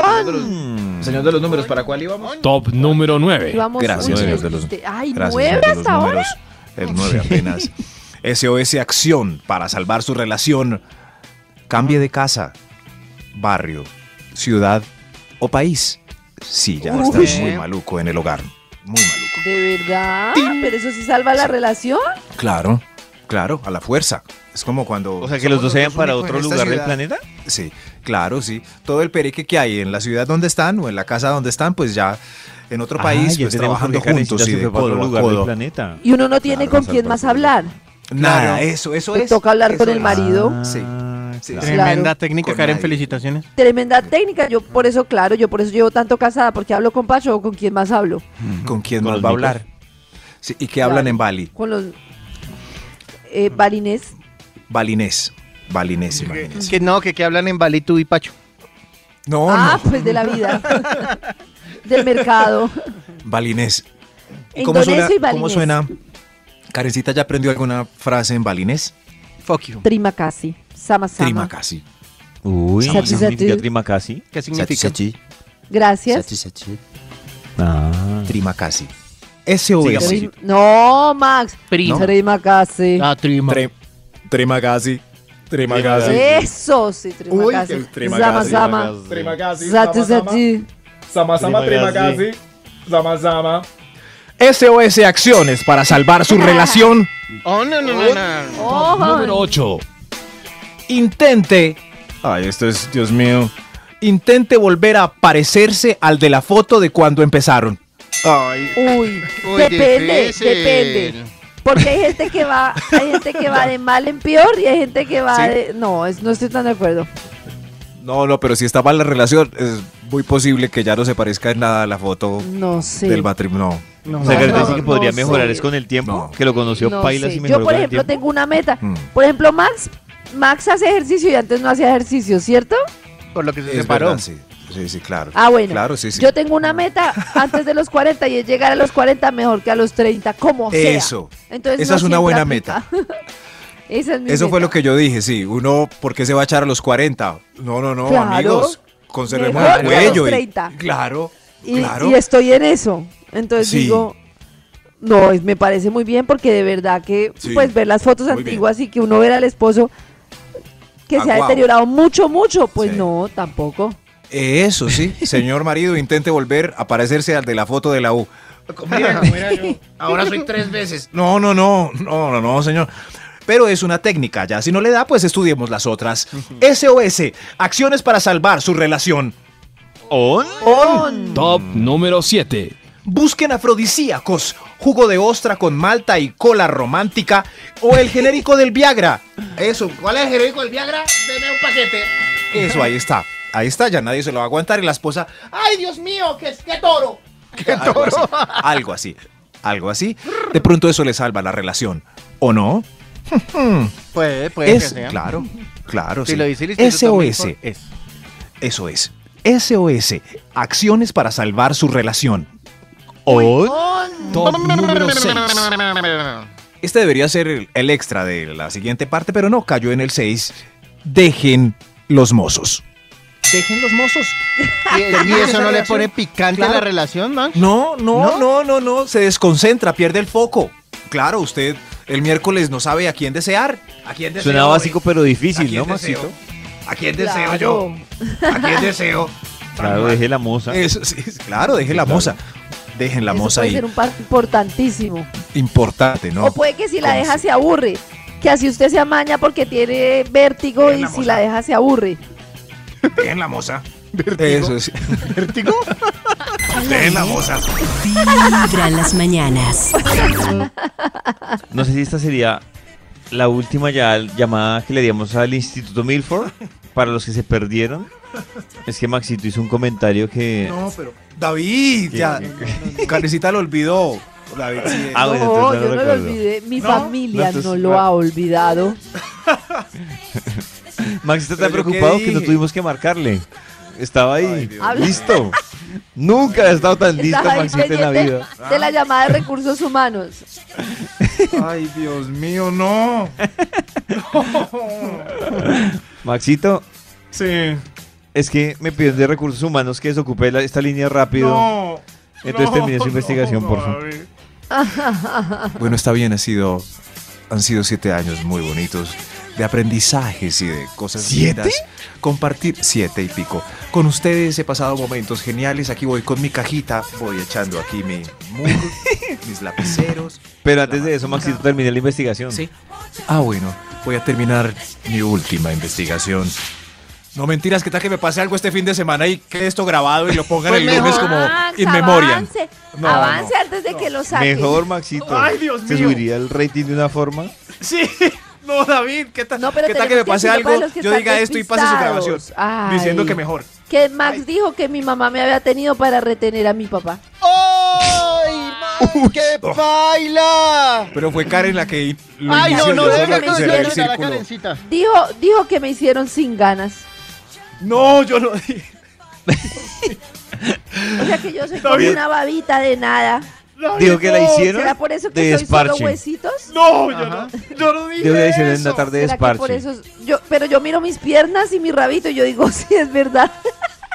[SPEAKER 5] Señor de los números, ¿para cuál íbamos?
[SPEAKER 10] Top número 9.
[SPEAKER 8] Vamos
[SPEAKER 5] Eh, Gracias,
[SPEAKER 8] uy,
[SPEAKER 5] señor de los
[SPEAKER 8] este- Ay,
[SPEAKER 5] gracias,
[SPEAKER 8] nueve
[SPEAKER 5] señor de los
[SPEAKER 8] hasta ahora.
[SPEAKER 5] números. El 9 apenas. SOS Acción para salvar su relación. Cambie de casa, barrio, ciudad o país. Sí, ya está
[SPEAKER 8] Ush.
[SPEAKER 5] muy maluco en el hogar. Muy maluco.
[SPEAKER 8] De verdad. Pero eso sí salva la relación.
[SPEAKER 5] Claro, claro, a la fuerza. Es como cuando...
[SPEAKER 4] O sea, que los dos se vayan
[SPEAKER 5] sean
[SPEAKER 4] para otro lugar del planeta.
[SPEAKER 5] Sí, claro, sí. Todo el perique que hay en la ciudad donde están o en la casa donde están, pues ya en otro
[SPEAKER 4] Ah,
[SPEAKER 5] país, pues trabajando juntos y de codo a
[SPEAKER 4] lugar del
[SPEAKER 5] codo.
[SPEAKER 4] planeta.
[SPEAKER 8] Y uno no tiene
[SPEAKER 5] Claro,
[SPEAKER 8] con
[SPEAKER 5] no
[SPEAKER 8] quién
[SPEAKER 5] salva
[SPEAKER 8] más
[SPEAKER 5] la
[SPEAKER 8] hablar.
[SPEAKER 5] Nada, eso, eso
[SPEAKER 8] Te
[SPEAKER 5] es.
[SPEAKER 8] Pues toca hablar
[SPEAKER 5] eso
[SPEAKER 8] con el
[SPEAKER 5] es. Ah,
[SPEAKER 8] marido.
[SPEAKER 5] Sí. sí,
[SPEAKER 4] Ah, claro.
[SPEAKER 5] sí.
[SPEAKER 3] Tremenda
[SPEAKER 8] Claro.
[SPEAKER 3] técnica,
[SPEAKER 5] Con
[SPEAKER 3] Karen,
[SPEAKER 5] nadie.
[SPEAKER 3] felicitaciones.
[SPEAKER 8] Tremenda técnica. Yo por eso, claro, yo por eso llevo tanto casada, porque hablo con Pacho o con quién más hablo.
[SPEAKER 5] ¿Con quién más
[SPEAKER 4] Con los
[SPEAKER 5] va a
[SPEAKER 4] micos.
[SPEAKER 5] hablar? Sí, ¿Y qué hablan
[SPEAKER 8] Claro.
[SPEAKER 5] en Bali?
[SPEAKER 8] Con los eh, balines.
[SPEAKER 5] Balinés. Balinés, imagínense.
[SPEAKER 3] Que no, que, que hablan en Bali tú y Pacho.
[SPEAKER 5] No,
[SPEAKER 8] ah,
[SPEAKER 5] no.
[SPEAKER 8] pues de la vida. Del mercado.
[SPEAKER 5] Balinés. ¿Y
[SPEAKER 8] Indonesio
[SPEAKER 5] suena,
[SPEAKER 8] y balinés.
[SPEAKER 5] ¿Cómo suena? Karencita ya aprendió alguna frase en balinés.
[SPEAKER 3] Fuck you.
[SPEAKER 8] Trimacasi. Sama sama.
[SPEAKER 5] Trima casi.
[SPEAKER 4] Uy,
[SPEAKER 8] Sachi,
[SPEAKER 4] ¿qué
[SPEAKER 8] sachi.
[SPEAKER 4] significa Trimacasi?
[SPEAKER 3] ¿Qué significa?
[SPEAKER 8] Gracias.
[SPEAKER 4] Ah.
[SPEAKER 5] Trima casi. SOS.
[SPEAKER 4] Sigamos.
[SPEAKER 8] Trim- No, Max.
[SPEAKER 3] Prima.
[SPEAKER 8] Trimacasi.
[SPEAKER 3] Ah, trima.
[SPEAKER 5] Tre- Trimagasi. Trimagasi.
[SPEAKER 8] Eso sí, trimacasi.
[SPEAKER 7] el
[SPEAKER 8] Sama
[SPEAKER 5] trimacasi,
[SPEAKER 8] sama.
[SPEAKER 7] Trimagasi.
[SPEAKER 8] Sati sati.
[SPEAKER 7] Samasama
[SPEAKER 4] Trimagasi.
[SPEAKER 7] Trimagasi. Samasama.
[SPEAKER 5] SOS Acciones para salvar
[SPEAKER 8] Ah.
[SPEAKER 5] su relación.
[SPEAKER 3] Oh, no, no, no, no.
[SPEAKER 10] Número
[SPEAKER 8] Ojo.
[SPEAKER 10] 8.
[SPEAKER 5] Intente. Ay, esto es, Dios mío. Intente volver a parecerse al de la foto de cuando empezaron.
[SPEAKER 8] Uy,
[SPEAKER 3] Uy,
[SPEAKER 8] depende,
[SPEAKER 3] difícil.
[SPEAKER 8] depende. Porque hay gente que va, hay gente que va de mal en peor y hay gente que va
[SPEAKER 5] Sí.
[SPEAKER 8] de. No, es- no estoy tan de acuerdo.
[SPEAKER 5] No, no, pero si estaba en la relación, es muy posible que ya no se parezca en nada a la foto
[SPEAKER 8] No sé.
[SPEAKER 5] del matrimonio.
[SPEAKER 3] No,
[SPEAKER 4] O sea, que
[SPEAKER 8] No,
[SPEAKER 4] dice que
[SPEAKER 8] no
[SPEAKER 4] podría
[SPEAKER 8] sé.
[SPEAKER 4] mejorar es con el tiempo,
[SPEAKER 5] No.
[SPEAKER 4] que lo conoció
[SPEAKER 8] No
[SPEAKER 4] Pailas
[SPEAKER 8] sé.
[SPEAKER 4] y
[SPEAKER 8] Yo,
[SPEAKER 4] mejoró
[SPEAKER 8] por
[SPEAKER 4] con el
[SPEAKER 8] ejemplo,
[SPEAKER 4] tiempo.
[SPEAKER 8] tengo una meta.
[SPEAKER 5] Mm.
[SPEAKER 8] Por ejemplo, Max, Max hace ejercicio y antes no hacía ejercicio, ¿cierto?
[SPEAKER 3] por lo que se
[SPEAKER 5] Es
[SPEAKER 3] separó.
[SPEAKER 5] verdad, sí. Sí, sí, claro.
[SPEAKER 8] Ah, bueno.
[SPEAKER 5] Claro, sí, sí.
[SPEAKER 8] Yo tengo una meta antes de los 40 y es llegar a los 40 mejor que a los 30, como sea.
[SPEAKER 5] Eso.
[SPEAKER 8] Entonces,
[SPEAKER 5] Esa
[SPEAKER 8] no
[SPEAKER 5] es una
[SPEAKER 8] siempre
[SPEAKER 5] buena
[SPEAKER 8] aplica. Esa es mi
[SPEAKER 5] Eso fue
[SPEAKER 8] meta.
[SPEAKER 5] lo que yo dije, sí. Uno, ¿por qué se va a echar a los 40? No, no, no,
[SPEAKER 8] Claro.
[SPEAKER 5] amigos. Conservemos
[SPEAKER 8] Mejor
[SPEAKER 5] el
[SPEAKER 8] que a los
[SPEAKER 5] cuello. y-
[SPEAKER 8] 30.
[SPEAKER 5] claro,
[SPEAKER 8] Y,
[SPEAKER 5] claro.
[SPEAKER 8] y estoy en eso. Entonces
[SPEAKER 5] Sí.
[SPEAKER 8] digo, no, es- me parece muy bien porque de verdad que
[SPEAKER 5] Sí,
[SPEAKER 8] pues ver las fotos
[SPEAKER 5] muy
[SPEAKER 8] antiguas y que uno ver al esposo que se
[SPEAKER 5] Ah,
[SPEAKER 8] ha
[SPEAKER 5] guau.
[SPEAKER 8] deteriorado mucho, mucho, pues
[SPEAKER 5] Sí.
[SPEAKER 8] no, tampoco.
[SPEAKER 5] Eh, Eso sí, señor marido, intente volver a parecerse al de la foto de la U. Ahora soy tres veces. No, no, no, no, no, no, señor. Pero es una técnica, ya. Si no le da, pues estudiemos las otras. SOS, acciones para salvar su relación.
[SPEAKER 4] ¿On?
[SPEAKER 10] Top
[SPEAKER 7] Mm.
[SPEAKER 10] número 7.
[SPEAKER 5] Busquen afrodisíacos, jugo de ostra con malta y cola romántica o el genérico del Viagra. Eso, ¿cuál es el genérico del Viagra? Deme un paquete. Eso, ahí está. Ahí está, ya nadie se lo va a aguantar y la esposa,
[SPEAKER 7] ¡Ay, Dios mío! ¡Qué, qué toro!
[SPEAKER 5] algo así, algo así, algo así. De pronto eso le salva la relación, ¿o no?
[SPEAKER 3] Puede, puede
[SPEAKER 5] Es
[SPEAKER 3] que sea.
[SPEAKER 5] claro, claro.
[SPEAKER 3] Si
[SPEAKER 5] sí.
[SPEAKER 3] lo dice el Instituto
[SPEAKER 5] SOS,
[SPEAKER 3] Milford, es.
[SPEAKER 5] eso es. SOS, acciones para salvar su relación.
[SPEAKER 4] ¿On?
[SPEAKER 10] Top número 6.
[SPEAKER 5] Este debería ser el, el extra de la siguiente parte, pero no, cayó en el 6. Dejen los mozos. ¿Dejen los mozos?
[SPEAKER 3] ¿Y, y eso no le
[SPEAKER 5] relación?
[SPEAKER 3] pone picante a la
[SPEAKER 5] Claro.
[SPEAKER 3] relación, man?
[SPEAKER 5] No, no, no, no, no, se desconcentra, pierde el foco. Claro, usted el miércoles no sabe a quién desear. ¿A quién deseo?
[SPEAKER 4] Suena básico pero
[SPEAKER 5] ¿A
[SPEAKER 4] difícil,
[SPEAKER 5] quién
[SPEAKER 4] ¿no,
[SPEAKER 5] deseo?
[SPEAKER 4] Maxito?
[SPEAKER 5] ¿A quién
[SPEAKER 8] Claro.
[SPEAKER 5] deseo yo? ¿A quién deseo?
[SPEAKER 4] Claro, deje la moza.
[SPEAKER 5] Eso sí, es- claro, dejen la
[SPEAKER 4] Claro.
[SPEAKER 5] moza. Dejen la
[SPEAKER 8] Eso
[SPEAKER 5] moza
[SPEAKER 8] puede
[SPEAKER 5] ahí.
[SPEAKER 8] ser un par importantísimo.
[SPEAKER 5] Importante, ¿no?
[SPEAKER 8] O puede que si la
[SPEAKER 5] ¿Cómo
[SPEAKER 8] deja
[SPEAKER 5] así?
[SPEAKER 8] se aburre, que así usted se amaña porque tiene vértigo
[SPEAKER 5] Bien,
[SPEAKER 8] y
[SPEAKER 5] la
[SPEAKER 8] si
[SPEAKER 5] moza.
[SPEAKER 8] la deja se aburre.
[SPEAKER 5] Dejen la moza. Eso sí. Dejen la moza.
[SPEAKER 2] Vibra en las mañanas.
[SPEAKER 4] No sé si esta sería la última ya- llamada que le dimos al Instituto Milford para los que se perdieron. Es que Maxito hizo un comentario que
[SPEAKER 5] No, pero. David, ya. Carecita lo olvidó. David, sí,
[SPEAKER 4] Ah, bueno,
[SPEAKER 8] no,
[SPEAKER 4] entonces no
[SPEAKER 8] yo no lo
[SPEAKER 4] recuerdo.
[SPEAKER 8] olvidé. Mi
[SPEAKER 5] ¿No?
[SPEAKER 8] familia
[SPEAKER 4] No, entonces-
[SPEAKER 8] no lo ha olvidado.
[SPEAKER 4] Max está tan
[SPEAKER 5] ¿Pero yo qué
[SPEAKER 4] preocupado que no
[SPEAKER 5] dije?
[SPEAKER 4] tuvimos que marcarle. Estaba ahí,
[SPEAKER 5] Dios
[SPEAKER 8] Habla-
[SPEAKER 4] listo. Nunca ha estado tan listo
[SPEAKER 8] Estaba ahí
[SPEAKER 4] Maxito en la
[SPEAKER 8] pendiente
[SPEAKER 4] vida.
[SPEAKER 8] de la llamada de recursos humanos.
[SPEAKER 5] Ay, Dios mío, no.
[SPEAKER 4] Maxito,
[SPEAKER 7] Sí.
[SPEAKER 4] es que me piden de recursos humanos que desocupe la- esta línea rápido.
[SPEAKER 7] No.
[SPEAKER 4] Entonces termine su investigación, por favor.
[SPEAKER 7] David.
[SPEAKER 5] Bueno, está bien, ha sido, han sido siete años muy bonitos de aprendizajes y de cosas
[SPEAKER 4] ¿Siete?
[SPEAKER 5] lindas. Compartir siete y pico. Con ustedes he pasado momentos geniales. Aquí voy con mi cajita, voy echando aquí mi mugre, mis lapiceros.
[SPEAKER 4] Pero antes de eso, Maxito, termine la investigación.
[SPEAKER 5] Sí. Ah, bueno, voy a terminar mi última investigación. No mentiras, que tal que me pase algo este fin de semana y quede esto grabado y lo pongan el lunes como
[SPEAKER 8] Pues Avance,
[SPEAKER 5] in memoriam.
[SPEAKER 8] Avance,
[SPEAKER 5] No,
[SPEAKER 8] avance antes de que lo saquen.
[SPEAKER 4] Mejor, Maxito.
[SPEAKER 7] Ay, Dios
[SPEAKER 4] Se
[SPEAKER 7] mío.
[SPEAKER 4] subiría el rating de una forma.
[SPEAKER 7] Sí. No, David, ¿qué tal?
[SPEAKER 8] No, pero
[SPEAKER 5] ¿Qué tal que
[SPEAKER 8] tenemos
[SPEAKER 5] me pase
[SPEAKER 8] decirlo
[SPEAKER 5] algo?
[SPEAKER 8] para los que
[SPEAKER 5] Yo
[SPEAKER 8] están
[SPEAKER 5] diga esto y pase su
[SPEAKER 8] despistados.
[SPEAKER 5] grabación,
[SPEAKER 8] Ay,
[SPEAKER 7] Diciendo que mejor.
[SPEAKER 8] Que Max dijo que mi mamá me había tenido para retener a mi papá.
[SPEAKER 3] ¡Ay, Max, qué baila!
[SPEAKER 5] Pero fue Karen la que lo
[SPEAKER 3] ¡Ay,
[SPEAKER 5] inició
[SPEAKER 3] no,
[SPEAKER 5] y
[SPEAKER 3] no,
[SPEAKER 5] nosotros
[SPEAKER 3] deja
[SPEAKER 8] que
[SPEAKER 3] que
[SPEAKER 5] cerramos
[SPEAKER 3] se
[SPEAKER 8] se
[SPEAKER 5] el
[SPEAKER 3] la
[SPEAKER 8] hiciera
[SPEAKER 5] círculo.
[SPEAKER 3] Karencita.
[SPEAKER 8] Dijo, dijo que me hicieron sin ganas.
[SPEAKER 7] No, yo no dije.
[SPEAKER 8] O sea que yo soy
[SPEAKER 7] Está
[SPEAKER 8] como
[SPEAKER 7] bien.
[SPEAKER 8] una babita de nada.
[SPEAKER 7] David,
[SPEAKER 4] Digo que la
[SPEAKER 7] no.
[SPEAKER 4] hicieron.
[SPEAKER 8] ¿Será por eso
[SPEAKER 4] De
[SPEAKER 8] que soy solo
[SPEAKER 4] desparche.
[SPEAKER 8] huesitos?
[SPEAKER 7] No, yo no. Yo no dije.
[SPEAKER 4] Yo le hice en
[SPEAKER 7] eso.
[SPEAKER 4] una tarde de
[SPEAKER 8] ¿Será que por
[SPEAKER 4] esparche.
[SPEAKER 8] eso es- yo, pero yo miro mis piernas y mi rabito y yo digo, sí, es verdad.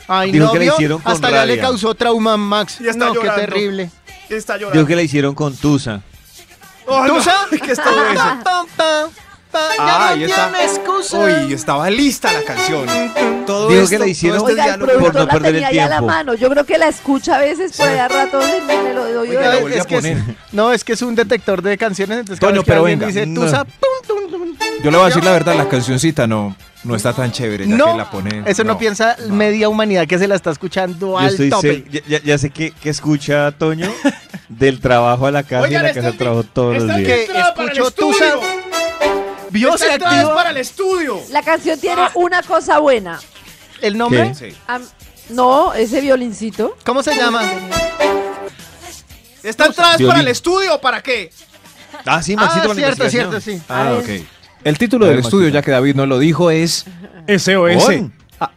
[SPEAKER 3] Ay,
[SPEAKER 4] Dijo
[SPEAKER 3] no,
[SPEAKER 4] que la
[SPEAKER 3] ¿vio?
[SPEAKER 4] hicieron con
[SPEAKER 3] Hasta ya le
[SPEAKER 4] rabia.
[SPEAKER 3] causó trauma a Max.
[SPEAKER 7] Y está
[SPEAKER 3] no,
[SPEAKER 7] llorando.
[SPEAKER 3] qué terrible.
[SPEAKER 7] Está llorando.
[SPEAKER 4] Digo que la hicieron con Tusa.
[SPEAKER 7] Oh,
[SPEAKER 3] ¿Tú
[SPEAKER 7] no.
[SPEAKER 3] sabes
[SPEAKER 5] ¿Qué es todo
[SPEAKER 7] Ah,
[SPEAKER 5] eso?
[SPEAKER 3] Pam, pam, pam, pam,
[SPEAKER 5] Ah,
[SPEAKER 3] ya no
[SPEAKER 5] ahí está.
[SPEAKER 3] tiene excusa.
[SPEAKER 5] Uy, estaba lista la canción. Todo
[SPEAKER 4] Digo
[SPEAKER 5] esto,
[SPEAKER 4] que la hicieron
[SPEAKER 5] todo este
[SPEAKER 8] Oiga, el
[SPEAKER 5] diálogo-
[SPEAKER 4] por
[SPEAKER 8] productor
[SPEAKER 4] no
[SPEAKER 8] la
[SPEAKER 4] perder el
[SPEAKER 8] tenía ya a la
[SPEAKER 4] tiempo.
[SPEAKER 8] mano. Yo creo que la escucha a veces por allá a ratos en en el oído.
[SPEAKER 5] Oiga, la
[SPEAKER 3] Es-
[SPEAKER 5] volví
[SPEAKER 3] es
[SPEAKER 5] a
[SPEAKER 3] que es-
[SPEAKER 5] poner.
[SPEAKER 3] no, es que es un detector de canciones. Entonces, cada
[SPEAKER 5] Toño,
[SPEAKER 3] vez que
[SPEAKER 5] pero
[SPEAKER 3] alguien
[SPEAKER 5] venga,
[SPEAKER 3] dice
[SPEAKER 4] no.
[SPEAKER 3] Tusa, pum, tum, tum, tum,
[SPEAKER 5] Yo le voy a decir la verdad, la cancioncita no, no está tan chévere. ya
[SPEAKER 3] No,
[SPEAKER 5] que la ponen.
[SPEAKER 3] eso no, piensa media humanidad que se la está escuchando
[SPEAKER 4] Yo
[SPEAKER 3] al
[SPEAKER 4] estoy
[SPEAKER 3] tope.
[SPEAKER 4] cer- ya, ya- ya sé que, que escucha a Toño del trabajo a la casa y
[SPEAKER 7] Oigan,
[SPEAKER 4] de la
[SPEAKER 7] este
[SPEAKER 4] casa al
[SPEAKER 7] es
[SPEAKER 4] trabajo todos los
[SPEAKER 7] Esta
[SPEAKER 4] días.
[SPEAKER 3] que
[SPEAKER 7] entrada para el
[SPEAKER 3] escucho Tusa.
[SPEAKER 7] estudio.
[SPEAKER 3] ¿Vio? Se
[SPEAKER 7] Esta entrada es
[SPEAKER 3] activó
[SPEAKER 7] para el estudio.
[SPEAKER 8] La canción tiene una cosa buena.
[SPEAKER 3] el nombre.
[SPEAKER 4] ¿Qué?
[SPEAKER 5] Sí.
[SPEAKER 8] Am- no, ese violincito.
[SPEAKER 3] ¿Cómo se llama?
[SPEAKER 7] ¿Esta entrada es para
[SPEAKER 4] Violín.
[SPEAKER 7] el estudio o para qué?
[SPEAKER 4] Ah, sí,
[SPEAKER 3] Ah,
[SPEAKER 4] Maxito, la
[SPEAKER 3] cierto,
[SPEAKER 4] investigación.
[SPEAKER 3] cierto, sí.
[SPEAKER 5] Ah,
[SPEAKER 8] A
[SPEAKER 5] ok.
[SPEAKER 8] ver.
[SPEAKER 5] El título
[SPEAKER 4] A ver,
[SPEAKER 5] del estudio,
[SPEAKER 4] Maxito.
[SPEAKER 5] ya que David no lo dijo, es
[SPEAKER 4] On.
[SPEAKER 11] SOS.
[SPEAKER 5] Ah,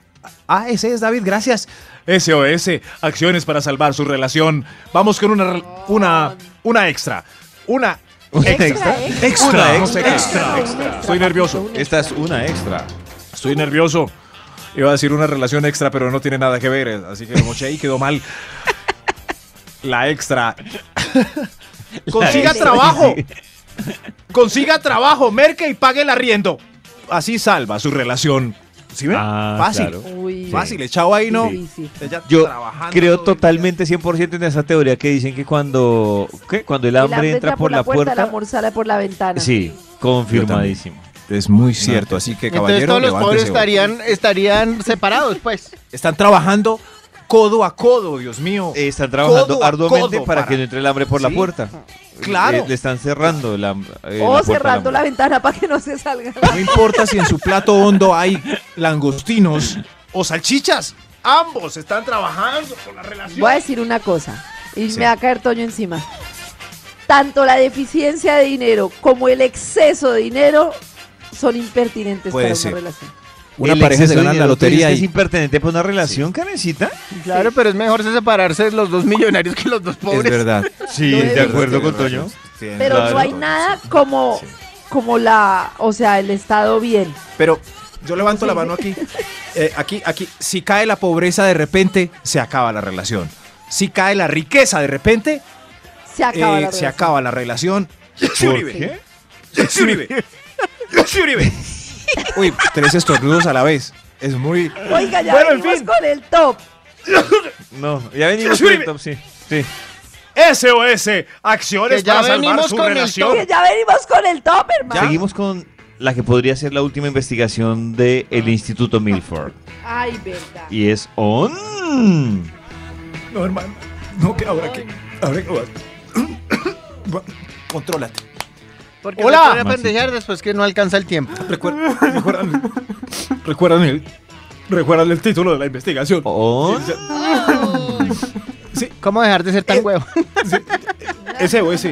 [SPEAKER 5] ah, ese es David, gracias.
[SPEAKER 11] SOS. Acciones para salvar su relación. Vamos con una, re- una, una extra. Una
[SPEAKER 4] Una
[SPEAKER 8] Extra,
[SPEAKER 4] extra.
[SPEAKER 8] extra.
[SPEAKER 11] extra. no sé qué.
[SPEAKER 8] Extra, extra.
[SPEAKER 11] Estoy nervioso.
[SPEAKER 4] Esta es una extra.
[SPEAKER 11] Estoy nervioso. Iba a decir una relación extra, pero no tiene nada que ver. Así que lo moché y quedó mal. La extra.
[SPEAKER 7] Consiga
[SPEAKER 4] extra.
[SPEAKER 7] trabajo.
[SPEAKER 11] Consiga trabajo, merque y pague el arriendo. Así salva su relación. ¿Sí ven?
[SPEAKER 4] Ah,
[SPEAKER 11] Fácil.
[SPEAKER 4] claro.
[SPEAKER 8] Uy,
[SPEAKER 5] Fácil, echado ahí, ¿no?
[SPEAKER 8] sí, sí.
[SPEAKER 5] Ella
[SPEAKER 4] Yo
[SPEAKER 5] trabajando
[SPEAKER 4] creo
[SPEAKER 5] todo el día.
[SPEAKER 4] totalmente 100% en esa teoría que dicen que cuando, ¿qué? cuando el hambre, entra por la puerta,
[SPEAKER 8] El amor sale por la ventana.
[SPEAKER 4] sí, confirmadísimo.
[SPEAKER 5] Es muy
[SPEAKER 4] Ah,
[SPEAKER 5] cierto, así que
[SPEAKER 3] Entonces
[SPEAKER 5] caballero,
[SPEAKER 3] todos los pobres
[SPEAKER 5] levántese.
[SPEAKER 3] estarían, estarían separados, pues.
[SPEAKER 5] Están trabajando codo a codo, Dios mío.
[SPEAKER 4] Están trabajando
[SPEAKER 5] Codo a
[SPEAKER 4] arduamente
[SPEAKER 5] codo
[SPEAKER 4] para,
[SPEAKER 5] para-
[SPEAKER 4] que no entre el hambre por la
[SPEAKER 5] Sí,
[SPEAKER 4] puerta.
[SPEAKER 5] claro.
[SPEAKER 4] Eh, Le, están cerrando la, eh, la puerta
[SPEAKER 8] O Oh, cerrando
[SPEAKER 4] al
[SPEAKER 8] la
[SPEAKER 4] hambre.
[SPEAKER 8] ventana para que no se salga.
[SPEAKER 5] No importa si en su plato hondo hay langostinos o salchichas.
[SPEAKER 7] Ambos están trabajando por la relación.
[SPEAKER 8] Voy a decir una cosa y
[SPEAKER 5] Sí.
[SPEAKER 8] me va a caer Toño encima. Tanto la deficiencia de dinero como el exceso de dinero son impertinentes
[SPEAKER 5] Puede
[SPEAKER 8] para
[SPEAKER 5] ser.
[SPEAKER 8] una relación.
[SPEAKER 5] Una
[SPEAKER 4] El
[SPEAKER 5] pareja se
[SPEAKER 4] exceso de
[SPEAKER 5] gana la
[SPEAKER 4] dinero, ¿tú
[SPEAKER 5] lotería
[SPEAKER 4] dices que
[SPEAKER 5] y
[SPEAKER 4] es impertinente para una relación, Karencita?
[SPEAKER 3] Claro, pero es mejor separarse los dos millonarios que los dos
[SPEAKER 5] es
[SPEAKER 3] pobres.
[SPEAKER 5] verdad.
[SPEAKER 4] Sí,
[SPEAKER 8] No, es
[SPEAKER 4] de acuerdo
[SPEAKER 5] Tienes
[SPEAKER 4] con Toño.
[SPEAKER 5] razón. Tienes
[SPEAKER 8] Pero
[SPEAKER 5] razón,
[SPEAKER 8] no hay
[SPEAKER 5] Toño,
[SPEAKER 8] nada
[SPEAKER 5] sí.
[SPEAKER 8] como,
[SPEAKER 5] Sí.
[SPEAKER 8] como la, o sea, el estado bien.
[SPEAKER 5] Pero yo levanto la mano aquí. Eh, aquí, aquí. Si cae la pobreza de repente, se acaba la relación. Si cae la riqueza de repente,
[SPEAKER 8] Se acaba
[SPEAKER 5] eh,
[SPEAKER 8] la
[SPEAKER 5] se
[SPEAKER 8] relación.
[SPEAKER 5] acaba la relación.
[SPEAKER 4] ¿Por qué?
[SPEAKER 5] Jessy Uribe. Jessy Uribe. Uy, tres estornudos a la vez. Es muy.
[SPEAKER 8] Oiga, ya
[SPEAKER 7] Bueno, en
[SPEAKER 8] venimos
[SPEAKER 7] fin.
[SPEAKER 8] con el top.
[SPEAKER 4] No, ya venimos con el top, sí. Sí.
[SPEAKER 11] SOS.
[SPEAKER 3] Que
[SPEAKER 11] Acciones
[SPEAKER 3] ya
[SPEAKER 11] para salvar
[SPEAKER 3] venimos
[SPEAKER 11] su
[SPEAKER 3] con el
[SPEAKER 11] relación.
[SPEAKER 8] Que ya venimos con el top, hermano.
[SPEAKER 4] Seguimos con la que podría ser la última investigación del Instituto Milford.
[SPEAKER 8] Ay, verdad.
[SPEAKER 4] Y es on.
[SPEAKER 5] No, hermano. No, que ahora que. Ahora Contrólate.
[SPEAKER 3] Porque
[SPEAKER 7] Hola.
[SPEAKER 3] Hola. puede apendejar después que no alcanza el tiempo.
[SPEAKER 5] Recuerda. Recuerdan el. Recuerdan el título de la investigación.
[SPEAKER 4] Oh. On.
[SPEAKER 3] ¿Cómo dejar de ser tan huevo?
[SPEAKER 5] SOS.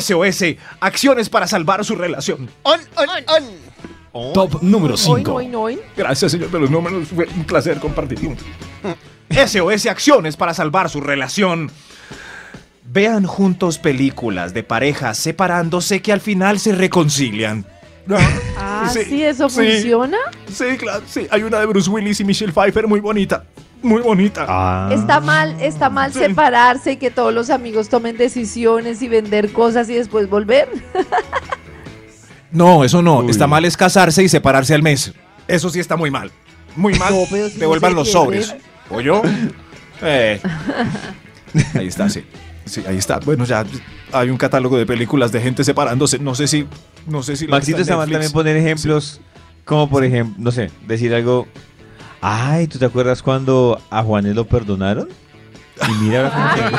[SPEAKER 5] SOS. Acciones para salvar su relación.
[SPEAKER 3] On, on, on.
[SPEAKER 11] Top número 5.
[SPEAKER 5] Gracias, señor de los números. Fue un placer compartir. SOS Acciones para salvar su relación. Vean juntos películas de parejas separándose que al final se reconcilian.
[SPEAKER 8] Ah,
[SPEAKER 5] Sí,
[SPEAKER 8] sí, eso
[SPEAKER 5] sí.
[SPEAKER 8] funciona.
[SPEAKER 5] Sí, claro, sí. Hay una de Bruce Willis y Michelle Pfeiffer muy bonita. Muy bonita.
[SPEAKER 4] Ah.
[SPEAKER 8] Está mal, está mal
[SPEAKER 5] Sí.
[SPEAKER 8] separarse y que todos los amigos tomen decisiones y vender cosas y después volver.
[SPEAKER 5] No, eso no. Está mal es casarse y separarse al mes. Eso sí está muy mal. Muy mal. Devuelvan
[SPEAKER 8] se
[SPEAKER 5] los
[SPEAKER 8] quiere.
[SPEAKER 5] sobres. ¿O yo? Eh. Ahí está, sí. Sí, ahí está. Bueno, ya hay un catálogo de películas de gente separándose. No sé si. No sé si. la
[SPEAKER 4] Maxito
[SPEAKER 5] está
[SPEAKER 4] está
[SPEAKER 5] en
[SPEAKER 4] mal
[SPEAKER 5] Netflix.
[SPEAKER 4] también poner ejemplos como por ejemplo, no sé, decir algo. Ay, ¿tú te acuerdas cuando a Juanes lo perdonaron? Y mira ahora cómo
[SPEAKER 8] Ah,
[SPEAKER 4] se ven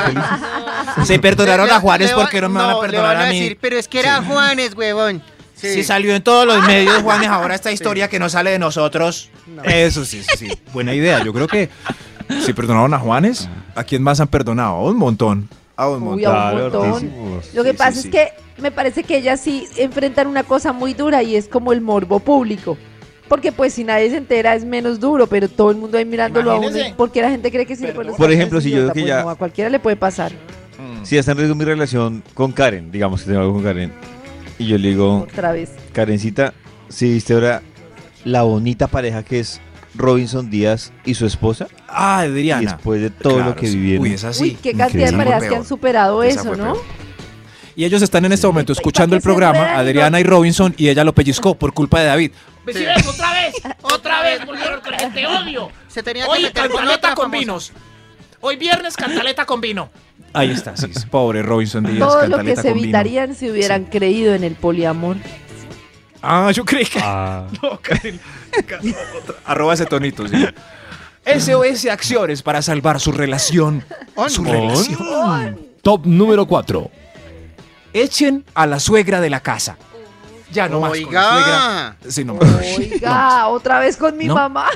[SPEAKER 4] felices.
[SPEAKER 9] Se perdonaron a Juárez
[SPEAKER 12] Le va-
[SPEAKER 9] porque no me van a
[SPEAKER 12] le
[SPEAKER 9] perdonar a
[SPEAKER 12] decir,
[SPEAKER 9] mí.
[SPEAKER 12] pero es que era Juanes, huevón. Sí.
[SPEAKER 9] Si salió en todos los medios, Juanes, ahora esta historia que no sale de nosotros.
[SPEAKER 5] Eso sí, sí, sí. Buena idea. Yo creo que si perdonaron a Juanes, ¿a quién más han perdonado? A un montón. A un montón.
[SPEAKER 8] Uy, a un montón. Lo que pasa es que me parece que ellas sí enfrentan una cosa muy dura y es como el morbo público. Porque pues si nadie se entera es menos duro, pero todo el mundo ahí mirándolo a uno
[SPEAKER 12] Imagínese.
[SPEAKER 8] y- porque la gente cree que si le pones
[SPEAKER 4] Por
[SPEAKER 8] atención,
[SPEAKER 4] ejemplo, si yo
[SPEAKER 8] idiota,
[SPEAKER 4] que
[SPEAKER 8] pues
[SPEAKER 4] ya-
[SPEAKER 8] no, a cualquiera le puede pasar.
[SPEAKER 4] Si ya está en riesgo mi relación con Karen, digamos que tengo algo con Karen. Y yo le digo,
[SPEAKER 8] Otra vez.
[SPEAKER 4] Karencita, si viste ahora la bonita pareja que es Robinson Díaz y su esposa.
[SPEAKER 5] Ah, Adriana.
[SPEAKER 4] Y después de todo
[SPEAKER 5] Claro,
[SPEAKER 4] lo que
[SPEAKER 5] sí.
[SPEAKER 4] vivieron.
[SPEAKER 5] Uy, esa sí.
[SPEAKER 8] Uy, qué cantidad de
[SPEAKER 5] Increíble.
[SPEAKER 8] parejas que han superado
[SPEAKER 5] Esa
[SPEAKER 8] eso,
[SPEAKER 5] fue
[SPEAKER 8] ¿no?
[SPEAKER 5] peor. Y ellos están en este momento escuchando el
[SPEAKER 8] que se
[SPEAKER 5] programa,
[SPEAKER 8] enredan,
[SPEAKER 5] Adriana y Robinson, y ella lo pellizcó por culpa de David.
[SPEAKER 12] Vecinos, otra vez, otra vez volvieron con el te odio. Se tenía
[SPEAKER 9] Hoy
[SPEAKER 12] meter con
[SPEAKER 9] cantaleta
[SPEAKER 12] otra
[SPEAKER 9] con
[SPEAKER 12] famosa.
[SPEAKER 9] vinos. Hoy viernes cantaleta con vino.
[SPEAKER 5] Ahí está, sí. sí. Pobre Robinson Díaz.
[SPEAKER 8] Todo lo que
[SPEAKER 5] cantaleta
[SPEAKER 8] se
[SPEAKER 5] con vino.
[SPEAKER 8] evitarían si hubieran creído en el poliamor.
[SPEAKER 5] Ah, yo creí que. No, Karen. Arroba ese tonito, sí. SOS Acciones para salvar su relación. Su relación.
[SPEAKER 10] Top número 4.
[SPEAKER 5] Echen a la suegra de la casa. Ya no más. con la
[SPEAKER 12] Oiga.
[SPEAKER 5] suegra. Sí, no.
[SPEAKER 8] Oiga, otra vez con mi
[SPEAKER 5] No.
[SPEAKER 8] mamá.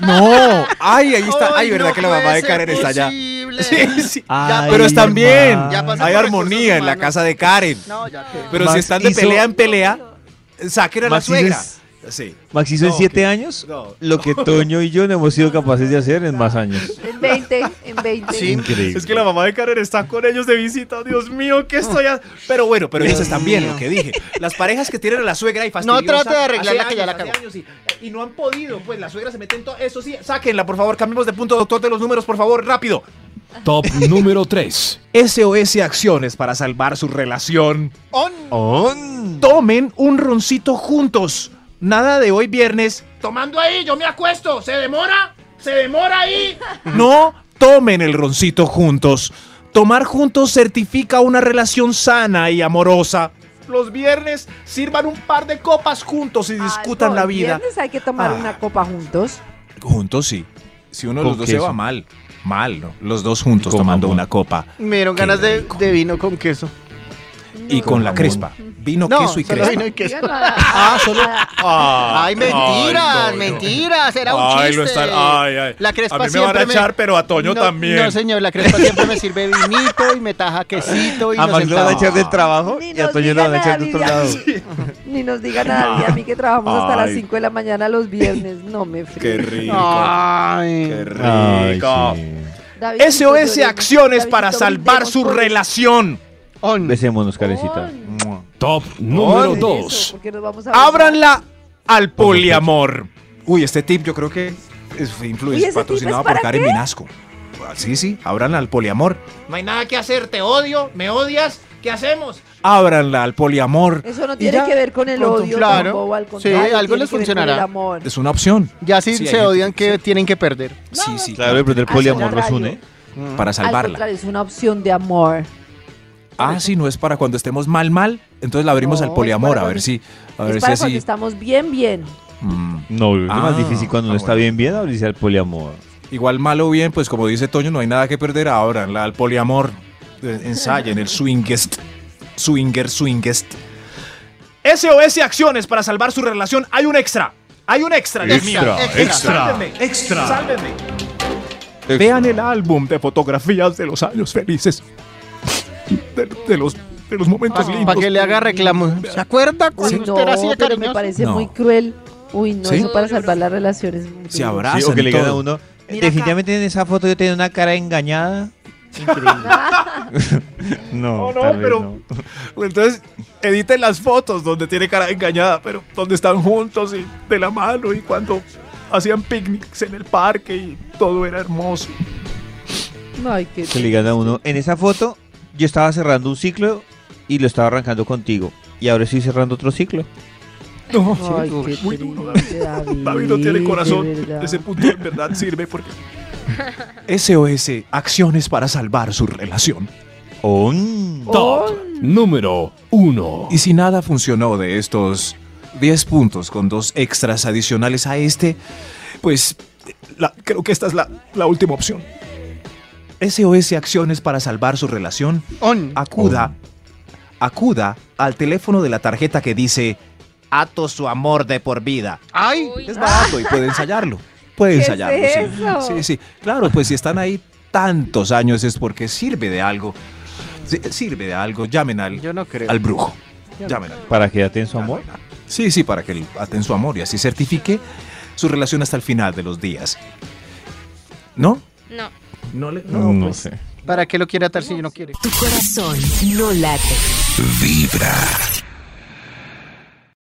[SPEAKER 5] No. Ay, ahí está. Ay,
[SPEAKER 12] Ay,
[SPEAKER 5] verdad
[SPEAKER 12] no
[SPEAKER 5] que la mamá
[SPEAKER 12] puede
[SPEAKER 5] de
[SPEAKER 12] ser
[SPEAKER 5] Karen está allá.
[SPEAKER 12] posible.
[SPEAKER 5] Sí, sí.
[SPEAKER 12] Ay,
[SPEAKER 5] Pero están bien.
[SPEAKER 12] Ya pasé
[SPEAKER 5] Hay
[SPEAKER 12] por
[SPEAKER 5] armonía en la casa de Karen.
[SPEAKER 12] No, ya quedó.
[SPEAKER 5] Pero
[SPEAKER 4] Max
[SPEAKER 5] si están de
[SPEAKER 4] hizo-
[SPEAKER 5] pelea en pelea, saquen a la
[SPEAKER 4] Max hizo
[SPEAKER 5] suegra.
[SPEAKER 4] es-
[SPEAKER 5] Sí.
[SPEAKER 4] Max hizo en
[SPEAKER 5] No,
[SPEAKER 4] siete
[SPEAKER 5] que-
[SPEAKER 4] años
[SPEAKER 5] no.
[SPEAKER 4] lo que Toño y yo no hemos sido capaces de hacer en más años.
[SPEAKER 8] En 20, en 20.
[SPEAKER 4] Increíble.
[SPEAKER 5] Es que la mamá de Karen está con ellos de visita. Dios mío, ¿qué estoy haciendo? Pero bueno, pero ellos
[SPEAKER 12] Dios
[SPEAKER 5] están bien,
[SPEAKER 12] mío.
[SPEAKER 5] lo que dije. Las parejas que tienen a la suegra y
[SPEAKER 12] No
[SPEAKER 5] fastidiosa.
[SPEAKER 12] trate de arreglarla
[SPEAKER 5] hace
[SPEAKER 12] que ya la
[SPEAKER 5] años,
[SPEAKER 12] cagó.
[SPEAKER 5] hace años, y, y no han podido, pues la suegra se mete en todo. Eso sí, sáquenla, por favor. Cambiemos de punto, doctor de los números, por favor, rápido.
[SPEAKER 10] Top número 3.
[SPEAKER 5] SOS acciones para salvar su relación. Tomen un roncito juntos. Nada de hoy viernes.
[SPEAKER 7] Tomando ahí, yo me acuesto. ¿Se demora? ¿Se demora ahí?
[SPEAKER 5] No tomen el roncito juntos. Tomar juntos certifica una relación sana y amorosa.
[SPEAKER 7] Los viernes sirvan un par de copas juntos
[SPEAKER 12] Ah,
[SPEAKER 7] y
[SPEAKER 5] discutan la vida.
[SPEAKER 8] Viernes hay que tomar
[SPEAKER 5] Ah.
[SPEAKER 8] una copa juntos.
[SPEAKER 5] Juntos sí. Si uno de los
[SPEAKER 4] Con
[SPEAKER 5] dos se va
[SPEAKER 4] queso.
[SPEAKER 5] mal, mal, ¿no? Los dos juntos
[SPEAKER 4] Con
[SPEAKER 5] tomando
[SPEAKER 4] jamón.
[SPEAKER 5] una copa
[SPEAKER 12] Me dieron ganas de, de vino con queso.
[SPEAKER 5] y con la crespa. Vino,
[SPEAKER 12] No,
[SPEAKER 5] queso y
[SPEAKER 12] solo
[SPEAKER 5] crespa.
[SPEAKER 12] vino y queso.
[SPEAKER 5] Ah, solo.
[SPEAKER 7] Ah,
[SPEAKER 5] Ah,
[SPEAKER 12] Ay, mentiras, mentiras, era un chiste.
[SPEAKER 11] Ay, lo están- ay, ay.
[SPEAKER 12] La crespa
[SPEAKER 11] A mí me
[SPEAKER 12] siempre
[SPEAKER 11] van a echar, pero a Toño
[SPEAKER 12] No,
[SPEAKER 11] también.
[SPEAKER 12] No, señor, la crespa siempre me sirve vinito y me taja quesito y
[SPEAKER 4] A
[SPEAKER 12] nos
[SPEAKER 4] Max lo Ah, van a
[SPEAKER 12] sentamos.
[SPEAKER 4] echar del trabajo
[SPEAKER 8] Ni
[SPEAKER 4] y a
[SPEAKER 8] nos
[SPEAKER 4] Toño lo
[SPEAKER 8] digan
[SPEAKER 4] van a echar
[SPEAKER 8] nada,
[SPEAKER 4] de otro
[SPEAKER 8] Lidia.
[SPEAKER 4] lado.
[SPEAKER 8] Ni nos diga nada,
[SPEAKER 5] Ah.
[SPEAKER 8] y a mí que trabajamos hasta las 5 de la mañana los viernes. No me frío.
[SPEAKER 12] Ay.
[SPEAKER 4] Ay,
[SPEAKER 5] SOS acciones para salvar su relación.
[SPEAKER 12] Ah,
[SPEAKER 4] sí. Besémonos, Karencita.
[SPEAKER 10] Top número
[SPEAKER 5] Ay,
[SPEAKER 10] 2.
[SPEAKER 5] Ábranla al poliamor. Uy, este tip yo creo que es, fue influencia-
[SPEAKER 8] Uy, ¿ese tip
[SPEAKER 5] patrocinado
[SPEAKER 8] es para
[SPEAKER 5] por Karen
[SPEAKER 8] qué?
[SPEAKER 5] Minasco. Ah, Sí, sí, ábranla al poliamor.
[SPEAKER 7] No hay nada que hacer, te odio, me odias, ¿qué hacemos?
[SPEAKER 5] Ábranla al poliamor.
[SPEAKER 8] Eso no
[SPEAKER 5] Y
[SPEAKER 8] tiene
[SPEAKER 5] ya,
[SPEAKER 8] que ver con el
[SPEAKER 12] pronto,
[SPEAKER 8] odio,
[SPEAKER 12] claro.
[SPEAKER 8] tampoco, al
[SPEAKER 12] Sí,
[SPEAKER 8] contrario,
[SPEAKER 12] algo les
[SPEAKER 8] tiene que ver con el
[SPEAKER 12] funcionará.
[SPEAKER 8] amor.
[SPEAKER 5] Es una opción.
[SPEAKER 12] Ya si
[SPEAKER 5] Sí, hay
[SPEAKER 12] se
[SPEAKER 5] gente
[SPEAKER 12] odian, que tienen que perder?
[SPEAKER 5] Sí, sí.
[SPEAKER 4] Claro, el prender
[SPEAKER 8] Al
[SPEAKER 4] poliamor nos
[SPEAKER 8] contrario.
[SPEAKER 4] une.
[SPEAKER 5] Para
[SPEAKER 8] Al
[SPEAKER 5] salvarla.
[SPEAKER 8] contrario, es una opción de amor.
[SPEAKER 5] Ah, sí, no es para cuando estemos mal, mal. Entonces la abrimos
[SPEAKER 8] No,
[SPEAKER 5] al poliamor,
[SPEAKER 8] es
[SPEAKER 5] a
[SPEAKER 8] para
[SPEAKER 5] ver
[SPEAKER 8] cuando-
[SPEAKER 5] si. A ver
[SPEAKER 8] es
[SPEAKER 5] si
[SPEAKER 8] para cuando
[SPEAKER 5] así.
[SPEAKER 8] estamos bien, bien.
[SPEAKER 5] Mm.
[SPEAKER 4] No, es
[SPEAKER 5] Ah,
[SPEAKER 4] más difícil cuando
[SPEAKER 5] ah,
[SPEAKER 4] no está
[SPEAKER 5] bueno.
[SPEAKER 4] bien bien abrirse al poliamor.
[SPEAKER 5] Igual mal o bien, pues como dice Toño, no hay nada que perder ahora. La, el poliamor. Eh, Ensayen el swingest. Swinger, swingest. SOS Acciones para salvar su relación. Hay un extra. Hay un extra,
[SPEAKER 12] Dios mío. Extra, extra.
[SPEAKER 5] Sálvenme, extra. Vean el álbum de fotografías de los años felices. de, de los, de los
[SPEAKER 7] Ah,
[SPEAKER 12] Pues,
[SPEAKER 5] momentos lindos.
[SPEAKER 3] Para que Ah, le haga reclamo. ¿Se acuerda
[SPEAKER 8] Uy,
[SPEAKER 3] cuando
[SPEAKER 8] no,
[SPEAKER 3] usted era así de
[SPEAKER 8] pero me
[SPEAKER 3] cariñoso?
[SPEAKER 8] parece
[SPEAKER 4] No.
[SPEAKER 8] muy cruel. Uy, no,
[SPEAKER 4] ¿Sí?
[SPEAKER 8] eso para salvar las relaciones. es muy
[SPEAKER 4] Sí,
[SPEAKER 8] duro.
[SPEAKER 4] o que le digan a uno. Definitivamente en esa foto yo tenía una cara engañada.
[SPEAKER 5] Oh, No,
[SPEAKER 4] tal vez
[SPEAKER 5] pero. pues Entonces, editen las fotos donde tiene cara engañada, pero donde están juntos y de la mano y cuando hacían picnics en el parque y todo era hermoso.
[SPEAKER 8] Ay, qué
[SPEAKER 4] Que le digan a uno. En esa foto yo estaba cerrando un ciclo y lo estaba arrancando contigo. Y ahora estoy cerrando otro ciclo.
[SPEAKER 5] No,
[SPEAKER 8] Ay,
[SPEAKER 5] sí,
[SPEAKER 8] qué
[SPEAKER 5] muy duro,
[SPEAKER 8] triste,
[SPEAKER 5] David.
[SPEAKER 8] David,
[SPEAKER 5] David no tiene
[SPEAKER 8] de
[SPEAKER 5] corazón.
[SPEAKER 8] verdad.
[SPEAKER 5] Ese punto en verdad sirve porque. SOS, acciones para salvar su relación.
[SPEAKER 8] Oh,
[SPEAKER 7] Top número uno.
[SPEAKER 5] Y si nada funcionó de estos 10 puntos con dos extras adicionales a este, pues la- creo que esta es la, la última opción. SOS Acciones para salvar su relación. Acuda. Acuda al teléfono de la tarjeta que dice Ato su amor de por vida.
[SPEAKER 3] ¡Ay!
[SPEAKER 5] Es barato y puede ensayarlo. Puede
[SPEAKER 3] ¿Qué es
[SPEAKER 5] ensayarlo. sí.
[SPEAKER 3] eso?
[SPEAKER 5] sí, sí. Claro, pues si están ahí tantos años es porque sirve de algo. Sí, Sirve de algo. Llamen al, al brujo. Llamen al
[SPEAKER 4] Para que aten su amor.
[SPEAKER 5] Sí, sí, para que le aten su amor y así certifique su relación hasta el final de los días. ¿No?
[SPEAKER 3] No.
[SPEAKER 5] No le.
[SPEAKER 3] No,
[SPEAKER 5] No
[SPEAKER 3] pues. ¿Para qué lo quiere atar si no quiere?
[SPEAKER 2] Tu corazón no late.
[SPEAKER 5] Vibra.